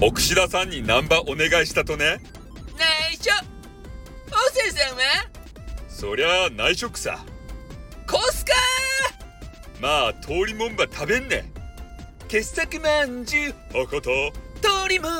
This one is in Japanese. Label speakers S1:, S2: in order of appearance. S1: 奥志田さんにナンバお願いしたとね
S2: 内緒おせさんは
S1: そりゃあ内職さ
S2: コスカ
S1: まあ通りもんば食べんね
S2: 傑作まんじゅう
S1: 博多
S2: 通りもん